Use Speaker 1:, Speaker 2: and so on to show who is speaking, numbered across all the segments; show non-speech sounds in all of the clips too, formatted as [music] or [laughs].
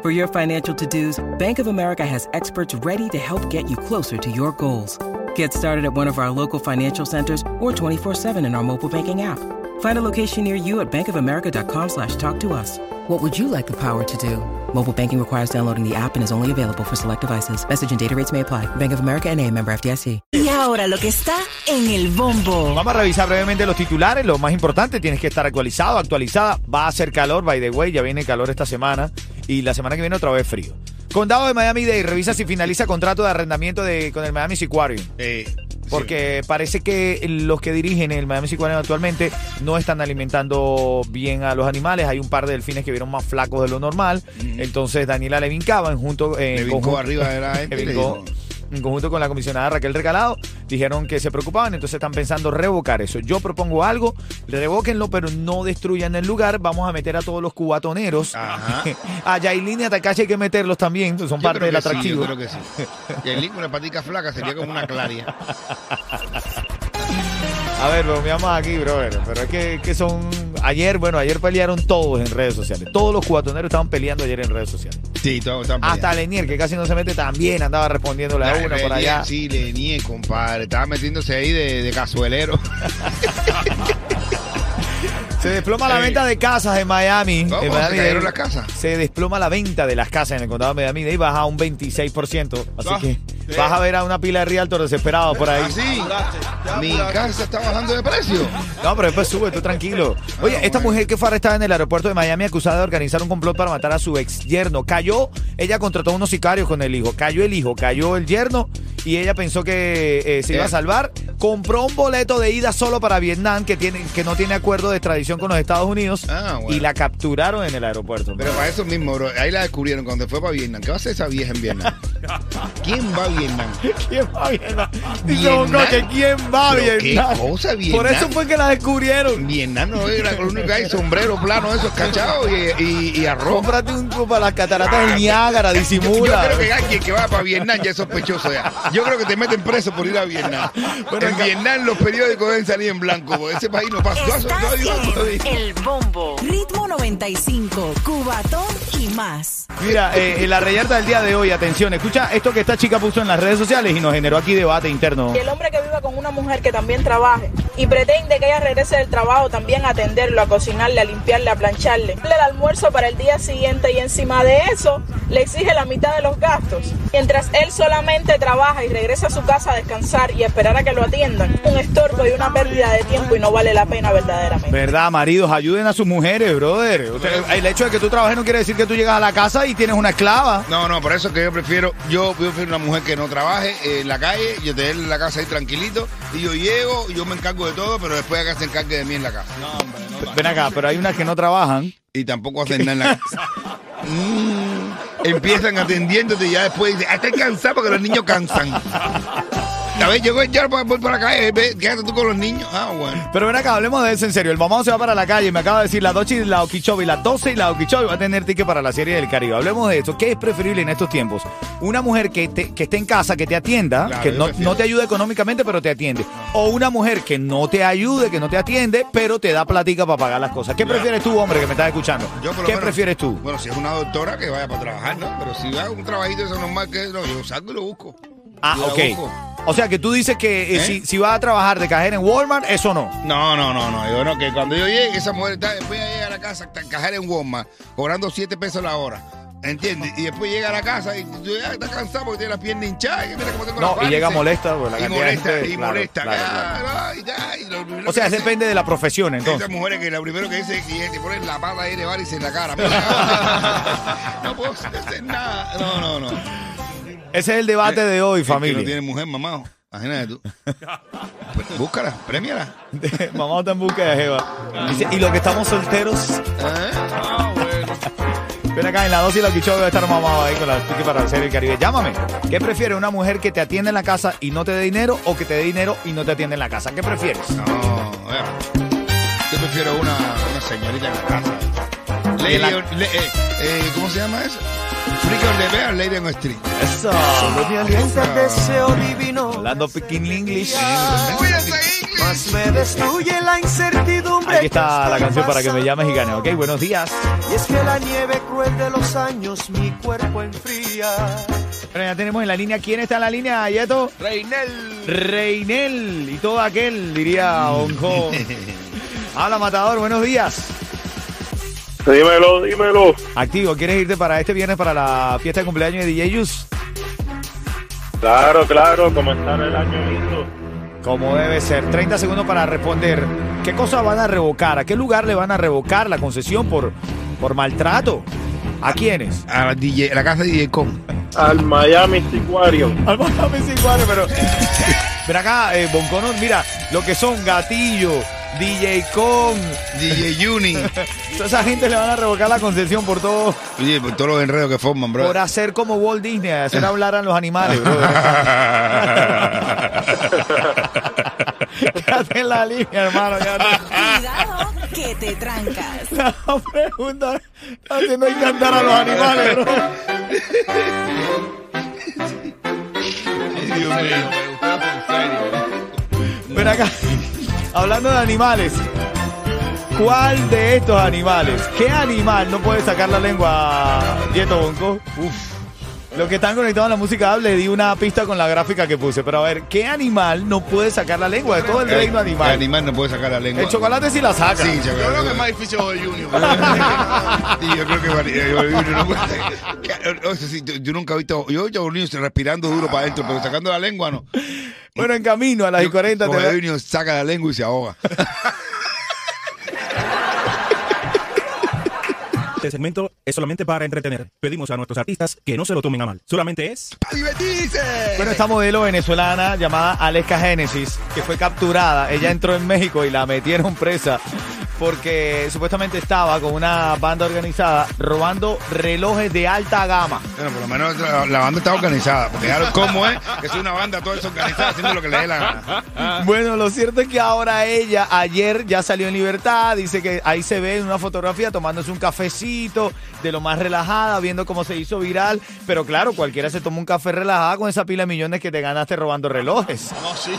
Speaker 1: For your financial to-dos, Bank of America has experts ready to help get you closer to your goals. Get started at one of our local financial centers or 24-7 in our mobile banking app. Find a location near you at bankofamerica.com slash talk to us. What would you like the power to do? Mobile banking requires downloading the app and is only available for select devices. Message and data rates may apply. Bank of America and a member FDIC.
Speaker 2: Y ahora lo que está en el bombo.
Speaker 3: Vamos a revisar brevemente los titulares. Lo más importante, tienes que estar actualizado, actualizada. Va a hacer calor, by the way, ya viene calor esta semana. Y la semana que viene otra vez frío. Condado de Miami Dade, revisa si finaliza contrato de arrendamiento de, con el Miami Seaquarium.
Speaker 4: Eh,
Speaker 5: Eh,
Speaker 3: Porque parece que los que dirigen el Miami Seaquarium actualmente no están alimentando bien a los animales. Hay un par de delfines que vieron más flacos de lo normal. Entonces Daniela Levin Cava, en junto, eh, en
Speaker 4: Le
Speaker 3: conjun-
Speaker 4: vincó arriba
Speaker 5: [laughs]
Speaker 4: de la gente y
Speaker 3: Le
Speaker 4: le
Speaker 3: vincó-
Speaker 4: dijo,
Speaker 3: en conjunto con la comisionada Raquel Recalado, dijeron que se preocupaban, entonces están pensando revocar eso. Yo propongo algo, revóquenlo, pero no destruyan el lugar. Vamos a meter a todos los cubatoneros.
Speaker 4: Ajá.
Speaker 3: [laughs] A Yailin y a Takashi hay que meterlos también, son
Speaker 4: Yo
Speaker 3: parte
Speaker 4: creo
Speaker 3: del
Speaker 4: que sí,
Speaker 3: atractivo.
Speaker 4: yo creo que sí. [laughs] Y el link con una patica flaca sería como una claria.
Speaker 3: A ver, lo miramos aquí, brother. Pero es que, que son. Ayer, bueno, ayer pelearon todos en redes sociales. Todos los cubatoneros estaban peleando ayer en redes sociales.
Speaker 4: Sí, todo está
Speaker 3: Hasta Lenier, que casi no se mete, también andaba respondiendo la una por allá.
Speaker 4: Sí, le nie, compadre. Estaba metiéndose ahí de, de cazuelero.
Speaker 3: Se desploma la
Speaker 4: Sí.
Speaker 3: venta de casas en Miami.
Speaker 4: Eh. ¿Cómo?
Speaker 3: En
Speaker 4: ¿Se
Speaker 3: Miami Dade.
Speaker 4: cayeron las casas?
Speaker 3: Se desploma la venta de las casas en el condado de Miami y baja un 26%. Así
Speaker 4: Ah,
Speaker 3: que
Speaker 4: sí. Ah,
Speaker 3: vas a ver a una pila de realtor desesperados por ahí.
Speaker 4: Así. Mi casa está bajando de precio.
Speaker 3: No, pero después sube, tú tranquilo. Oye,
Speaker 4: Ah,
Speaker 3: esta
Speaker 4: bueno.
Speaker 3: mujer que fue arrestada en el aeropuerto de Miami acusada de organizar un complot para matar a su ex yerno. Cayó, ella contrató unos sicarios con el hijo. Cayó el hijo, cayó el yerno y ella pensó que eh, se iba a
Speaker 4: Eh.
Speaker 3: salvar. Compró un boleto de ida solo para Vietnam que, tiene, que no tiene acuerdo de extradición con los Estados Unidos
Speaker 4: Ah, bueno.
Speaker 3: y la capturaron en el aeropuerto.
Speaker 4: Pero para eso mismo, bro. Ahí la descubrieron cuando fue para Vietnam. ¿Qué va a hacer esa vieja en Vietnam? ¿Quién va a Vietnam?
Speaker 3: [laughs] ¿Quién va a Vietnam? Dice
Speaker 4: Vietnam.
Speaker 3: un coche, ¿quién va a
Speaker 4: Pero qué
Speaker 3: Vietnam?
Speaker 4: cosa,
Speaker 3: Por
Speaker 4: Vietnam.
Speaker 3: eso fue que la descubrieron.
Speaker 4: Vietnam no es lo único que hay sombrero plano, esos cachados y, y, y arroz.
Speaker 3: Cómprate un para las cataratas del Niágara, disimula.
Speaker 4: Ah, Yo creo que alguien que va para Vietnam ya es sospechoso ya. Yo creo que te meten preso por ir a Vietnam.
Speaker 3: Bueno,
Speaker 4: en
Speaker 3: acá-
Speaker 4: Vietnam los periódicos deben salir en blanco. porque Ese país no pasa.
Speaker 2: Está en
Speaker 4: Yo
Speaker 2: el bombo. Ritmo 95, cubatón y más.
Speaker 3: Mira, eh, en la reyerta del día de hoy, atención, escucha esto que esta chica puso en las redes sociales y nos generó aquí debate interno.
Speaker 6: Y el hombre que viva con una mujer que también trabaje y pretende que ella regrese del trabajo también a atenderlo, a cocinarle, a limpiarle, a plancharle, darle el almuerzo para el día siguiente y encima de eso le exige la mitad de los gastos. Mientras él solamente trabaja y regresa a su casa a descansar y esperar a que lo atiendan, un estorbo y una pérdida de tiempo y no vale la pena verdaderamente.
Speaker 3: ¿Verdad, maridos? Ayuden a sus mujeres, brother. Usted- el hecho de que tú trabajes no quiere decir que tú llegas a la casa y tienes una esclava.
Speaker 4: no, no, por eso es que yo prefiero, yo prefiero una mujer que no trabaje eh, en la calle, yo te en la casa ahí tranquilito, y yo llego, yo me encargo de todo, pero después acá se encargue de mí en la casa.
Speaker 3: Ven acá, pero hay unas que no trabajan.
Speaker 4: Y tampoco hacen nada en la casa. Mm, empiezan atendiéndote y ya después dicen, "Ah, estoy cansado porque los niños cansan. A ver, llegó el yerno, voy para la calle, ve, quédate tú con los niños. Ah, bueno.
Speaker 3: Pero ven acá, hablemos de eso en serio. El mamón se va para la calle. Me acaba de decir la 2 y la Okeechobee, la 12 y la Okeechobee va a tener ticket para la Serie del Caribe. Hablemos de esto. ¿Qué es preferible en estos tiempos? Una mujer que, te- que esté en casa, que te atienda,
Speaker 4: Claro,
Speaker 3: que
Speaker 4: yo
Speaker 3: no,
Speaker 4: prefiero.
Speaker 3: no te ayuda económicamente, pero te atiende. O una mujer que no te ayude, que no te atiende, pero te da platica para pagar las cosas. ¿Qué prefieres tú, hombre, que me estás escuchando?
Speaker 4: Yo, por lo
Speaker 3: ¿Qué
Speaker 4: menos-
Speaker 3: prefieres tú?
Speaker 4: Bueno, si es una doctora que vaya para trabajar, ¿no? Pero si va a un trabajito eso normal que no, yo salgo y lo busco.
Speaker 3: Ah,
Speaker 4: Yo la
Speaker 3: ok.
Speaker 4: busco.
Speaker 3: O sea, que tú dices que eh,
Speaker 4: ¿Eh?
Speaker 3: si, si vas a trabajar de cajera en Walmart, eso no.
Speaker 4: No, no, no, no. Yo no, que cuando yo llegue, esa mujer está, después ella llega a la casa, está en cajera en Walmart, cobrando 7 pesos la hora. ¿Entiendes? Y después llega a la casa y tú ya estás cansado porque tiene las piernas hinchadas. Y mira cómo tengo
Speaker 3: No,
Speaker 4: las
Speaker 3: y llega
Speaker 4: varices.
Speaker 3: molesta, pues, la
Speaker 4: y
Speaker 3: cantidad de
Speaker 4: molesta,
Speaker 3: gente-
Speaker 4: y
Speaker 3: claro,
Speaker 4: molesta.
Speaker 3: claro,
Speaker 4: Ah, no, y ya, y lo primero
Speaker 3: O sea,
Speaker 4: que hace-
Speaker 3: depende de la profesión, entonces.
Speaker 4: Esas mujeres que lo primero que dicen es que te ponen la pata ahí de varices en
Speaker 3: [laughs]
Speaker 4: la cara. no puedo hacer nada. No, no, no.
Speaker 3: Ese es el debate de hoy,
Speaker 4: El que
Speaker 3: familia.
Speaker 4: no
Speaker 3: [laughs]
Speaker 4: tiene mujer, mamá. Imagínate tú. Búscala, premiala.
Speaker 3: Mamá está en busca de Jeva. Dice, y los que estamos solteros,
Speaker 4: Ah, bueno.
Speaker 3: Ven acá, en la dosis la quichó debe estar mamado ahí con la pique para hacer el Caribe. Llámame. ¿Qué prefieres, una mujer que te atiende en la casa y no te dé dinero o que te dé dinero y no te atiende en la casa? ¿Qué prefieres?
Speaker 4: No, eh, yo prefiero una, una señorita en la casa. Lady
Speaker 3: la-
Speaker 4: on- le- eh, eh, ¿Cómo se llama eso? Freak on the Bear, Lady on the Street.
Speaker 3: Eso.
Speaker 7: Solo me alienta el deseo divino.
Speaker 3: Hablando Picking English.
Speaker 4: Cuídense, Inglis.
Speaker 7: Más me destruye la incertidumbre.
Speaker 3: Aquí está
Speaker 7: que
Speaker 3: la canción para que me
Speaker 7: pasando.
Speaker 3: llames y ganes, ¿ok? Buenos días.
Speaker 7: Y es que la nieve cruel de los años mi cuerpo enfría.
Speaker 3: Bueno, ya tenemos en la línea. ¿Quién está en la línea, Yeto?
Speaker 4: Reinel.
Speaker 3: Reinel y todo aquel,
Speaker 7: [laughs]
Speaker 3: diría Onjo. Habla, Matador, buenos días.
Speaker 8: Dímelo, dímelo.
Speaker 3: Activo, ¿quieres irte para este viernes para la fiesta de cumpleaños de DJ Yus?
Speaker 8: Claro, claro, comenzar el año lindo.
Speaker 3: Como debe ser. 30 segundos para responder. ¿Qué cosa van a revocar? ¿A qué lugar le van a revocar la concesión por, por maltrato? ¿A
Speaker 4: [laughs]
Speaker 3: quiénes?
Speaker 4: A la, DJ, a la casa de DJ Con.
Speaker 8: Al Miami Sicuario.
Speaker 3: Al menos me es igual, [laughs] pero. Pero acá, eh, Bonconón, mira, lo que son Gatillo, DJ Con.
Speaker 4: DJ Juni.
Speaker 3: Toda esa gente le van a revocar la concesión por todo.
Speaker 4: Oye, por todos los enredos que forman, bro.
Speaker 3: Por
Speaker 4: [laughs]
Speaker 3: hacer como Walt Disney, hacer hablar a los animales, bro. [laughs] Quédate en la línea, hermano. ya te-
Speaker 2: Cuidado que te trancas.
Speaker 3: La pregunta está haciendo encantar a los animales, bro.
Speaker 4: Dios mío.
Speaker 3: Ven acá. Hablando de animales. ¿Cuál de estos animales? ¿Qué animal no puede sacar la lengua, Dieto Bonco? Uf. Los que están conectados a la música hable, di una pista con la gráfica que puse. Pero a ver, ¿qué animal no puede sacar la lengua de todo el reino
Speaker 4: El
Speaker 3: animal?
Speaker 4: animal no puede sacar la lengua.
Speaker 3: El chocolate sí la saca.
Speaker 4: Sí, chocolate. Yo creo que es más difícil de Junior. [laughs] sí, yo creo que Val- eh, Junior no [laughs] puede. O sea, sí, yo, yo nunca he visto. Yo he visto a Junior respirando duro para adentro, pero sacando la lengua no.
Speaker 3: Bueno, en camino a las y 40 te
Speaker 4: Como
Speaker 3: da-
Speaker 4: Junior saca la lengua y se
Speaker 3: [laughs]
Speaker 4: ahoga.
Speaker 5: Este segmento es solamente para entretener. Pedimos a nuestros artistas que no se lo tomen a mal. Solamente es
Speaker 3: Bueno, esta modelo venezolana llamada Aleska Génesis, que fue capturada, ella entró en México y la metieron presa porque supuestamente estaba con una banda organizada robando relojes de alta gama.
Speaker 4: Bueno, por lo menos la, la banda está organizada. Porque claro, ¿cómo es? Que es una banda toda desorganizada haciendo lo que le dé la gana.
Speaker 3: Bueno, lo cierto es que ahora ella ayer ya salió en libertad, dice que ahí se ve en una fotografía tomándose un cafecito de lo más relajada, viendo cómo se hizo viral, pero claro, cualquiera se toma un café relajada con esa pila de millones que te ganaste robando relojes.
Speaker 9: No, sí.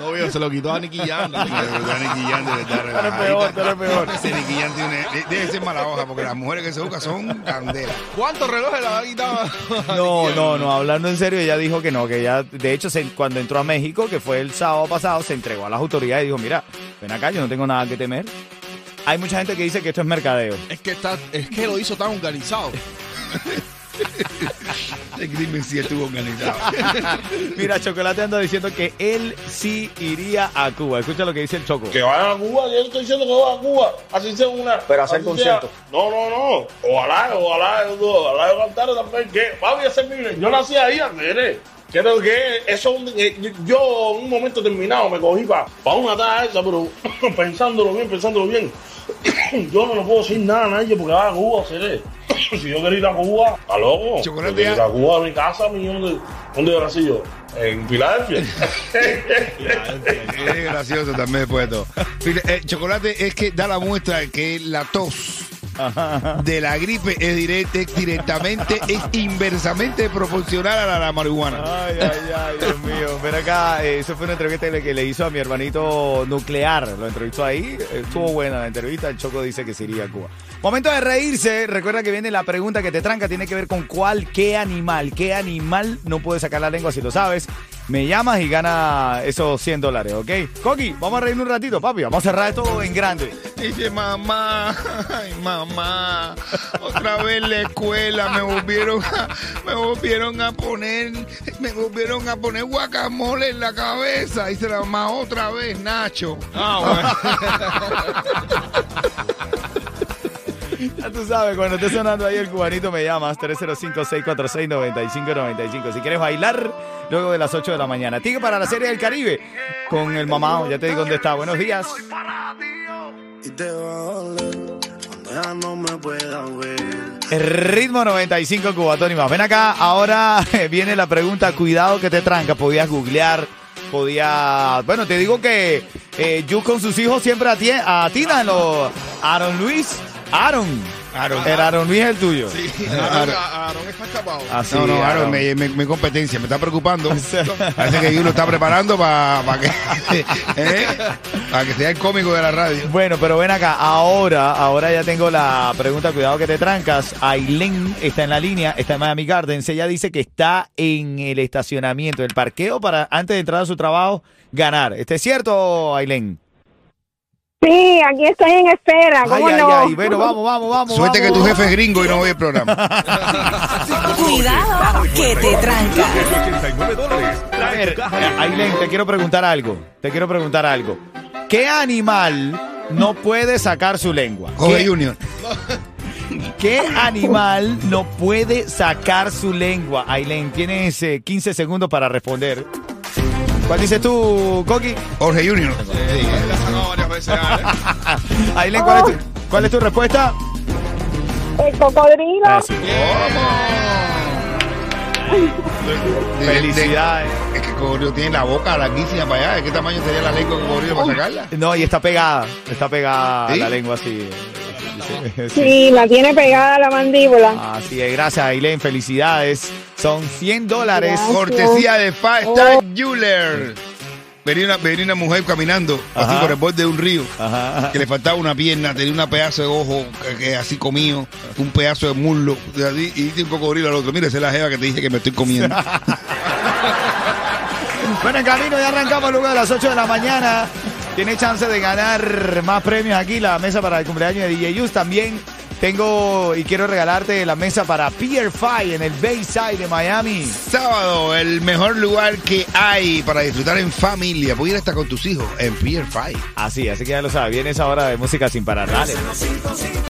Speaker 9: No veo, se lo quitó a Nicky Jam.
Speaker 4: Pero Nicky Jam debe estar relajadita.
Speaker 3: peor, tú eres peor.
Speaker 4: Ese Nicky Jam tiene- de- debe ser mala hoja, porque las mujeres que se buscan son candelas.
Speaker 9: ¿Cuántos relojes le ha
Speaker 4: [laughs]
Speaker 9: quitado?
Speaker 3: No, no, no, hablando en serio, ella dijo que no, que ella, de hecho, se- cuando entró a México, que fue el sábado pasado, se entregó a las autoridades y dijo, mira, ven acá, yo no tengo nada que temer. Hay mucha gente que dice que esto es mercadeo.
Speaker 9: Es que, está, es que lo hizo tan organizado.
Speaker 4: El crimen sí estuvo organizado.
Speaker 3: Mira, Chocolate anda diciendo que él sí iría a Cuba. Escucha lo que dice el Choco.
Speaker 8: Que van a Cuba, yo estoy diciendo que van a Cuba. Así sea una.
Speaker 3: Pero hacer
Speaker 8: así sea-
Speaker 3: concierto.
Speaker 8: No, no, no. Ojalá, ojalá, ojalá yo cantara también. Que va a ser mi. Yo nací ahí, Andrés. Creo que eso es un- eh, yo en un momento determinado me cogí para una taza esa, pero [laughs] pensándolo bien, pensándolo bien. [coughs] yo no le puedo decir nada a nadie porque va a Cuba, seré. [coughs] si yo quería ir a Cuba, a loco.
Speaker 4: Chocolate
Speaker 8: Yo quería ir
Speaker 4: ya.
Speaker 8: a Cuba, a mi casa, mi ¿dónde, dónde era así yo? En Filadelfia. [laughs]
Speaker 4: Es gracioso también después de todo. Fíjate, eh, chocolate es que da la muestra que la tos de la gripe es, directa, es directamente, es inversamente proporcional a la, la marihuana.
Speaker 3: Ay, ay, ay, Dios mío. Ven acá, eh, eso fue una entrevista que le, que le hizo a mi hermanito nuclear. Lo entrevistó ahí. Estuvo buena la entrevista. El Choco dice que se iría a Cuba. Momento de reírse. Recuerda que viene la pregunta que te tranca. Tiene que ver con cuál, qué animal, qué animal no puede sacar la lengua si lo sabes. Me llamas y gana esos 100 dólares, ¿ok? Coqui, vamos a reírnos un ratito, papi. Vamos a cerrar esto en grande.
Speaker 4: Dice, mamá, ay, mamá, otra vez la escuela, me volvieron a, me volvieron a poner, me volvieron a poner guacamole en la cabeza. Dice la mamá, otra vez, Nacho.
Speaker 9: Ah,
Speaker 3: Ya tú sabes, cuando esté sonando ahí el cubanito me llamas 305-646-9595. Si quieres bailar luego de las 8 de la mañana. Tigre para la serie del Caribe con el mamado. Ya te digo dónde está. Buenos días.
Speaker 7: Y te va a doler cuando ya quizá no me puedan ver.
Speaker 3: Ritmo 95 Cubatón y más. Ven acá, ahora [laughs] eh, viene la pregunta, cuidado que te tranca, podías googlear, podías... Bueno, te digo que eh, Yu con sus hijos siempre atie- atina en los... Aaron Luis, Aaron. El Aaron Luis es el tuyo.
Speaker 9: Sí,
Speaker 4: Aaron.
Speaker 9: ah, Aaron, Aaron está escapado.
Speaker 3: Así,
Speaker 4: no, no, Aaron, mi, mi- mi competencia me está
Speaker 3: [laughs]
Speaker 4: preocupando. Parece que Yu lo está preparando para que, [laughs] ¿eh? Pa' que sea el cómico de la radio.
Speaker 3: Bueno, pero ven acá, ahora, ahora ya tengo la pregunta, cuidado que te trancas. Ailén está en la línea, está en Miami Gardens. Ella dice que está en el estacionamiento, el parqueo para antes de entrar a su trabajo ganar. ¿Este es cierto, Ailén?
Speaker 10: Sí, aquí estoy en espera. Ah, ¿Cómo
Speaker 3: Ay, ay,
Speaker 10: no?
Speaker 3: ay, bueno, vamos, vamos, vamos.
Speaker 4: Suerte que tu
Speaker 3: vamos.
Speaker 4: jefe es gringo y no ve
Speaker 5: [laughs]
Speaker 4: el programa.
Speaker 2: Cuidado que te tranca.
Speaker 3: A ver, Ailén, te quiero preguntar algo. Te quiero preguntar algo. ¿Qué animal no puede sacar su lengua?
Speaker 4: Jorge
Speaker 3: ¿Qué-
Speaker 4: Junior.
Speaker 3: ¿Qué animal no puede sacar su lengua? Ailén, tienes eh, 15 segundos para responder. ¿Cuál dices tú, Coqui? [laughs]
Speaker 4: Jorge Junior.
Speaker 9: Él la ha sacado varias veces. Aaron, ¿eh?
Speaker 3: Ailén, ¿cuál es tu, cuál es tu respuesta?
Speaker 10: El cocodrilo.
Speaker 4: De- de-
Speaker 3: Felicidades.
Speaker 4: Es que Cogorio tiene la boca larguísima para allá. ¿De qué tamaño sería la lengua de Cogorio para sacarla?
Speaker 3: No, y está pegada. Está pegada
Speaker 4: ¿Sí?
Speaker 3: la lengua así. Sí.
Speaker 10: Sí, la tiene pegada la mandíbula.
Speaker 3: Así es, gracias Ailén, felicidades. Son 100 dólares.
Speaker 10: Gracias.
Speaker 4: Cortesía de Five
Speaker 3: Oh.
Speaker 4: Star Jeweler. Venía una, venía una mujer caminando
Speaker 3: Ajá.
Speaker 4: así por el borde de un río.
Speaker 3: Ajá, ajá.
Speaker 4: Que le faltaba una pierna, tenía un pedazo de ojo que, que así comido, un pedazo de muslo, y así, y dice un cocodrilo al otro, mira, esa es la jeva que te dije que me
Speaker 3: [laughs]
Speaker 4: estoy comiendo.
Speaker 3: Bueno, en camino ya arrancamos luego de las 8 de la mañana. Tiene chance de ganar más premios aquí, la mesa para el cumpleaños de DJ Yus. También tengo y quiero regalarte la mesa para Pier 5 en el Bayside de Miami.
Speaker 4: Sábado, el mejor lugar que hay para disfrutar en familia. Puedes ir hasta con tus hijos en Pier 5.
Speaker 3: Así, así que ya lo sabes, viene esa hora de música sin parar. Dale.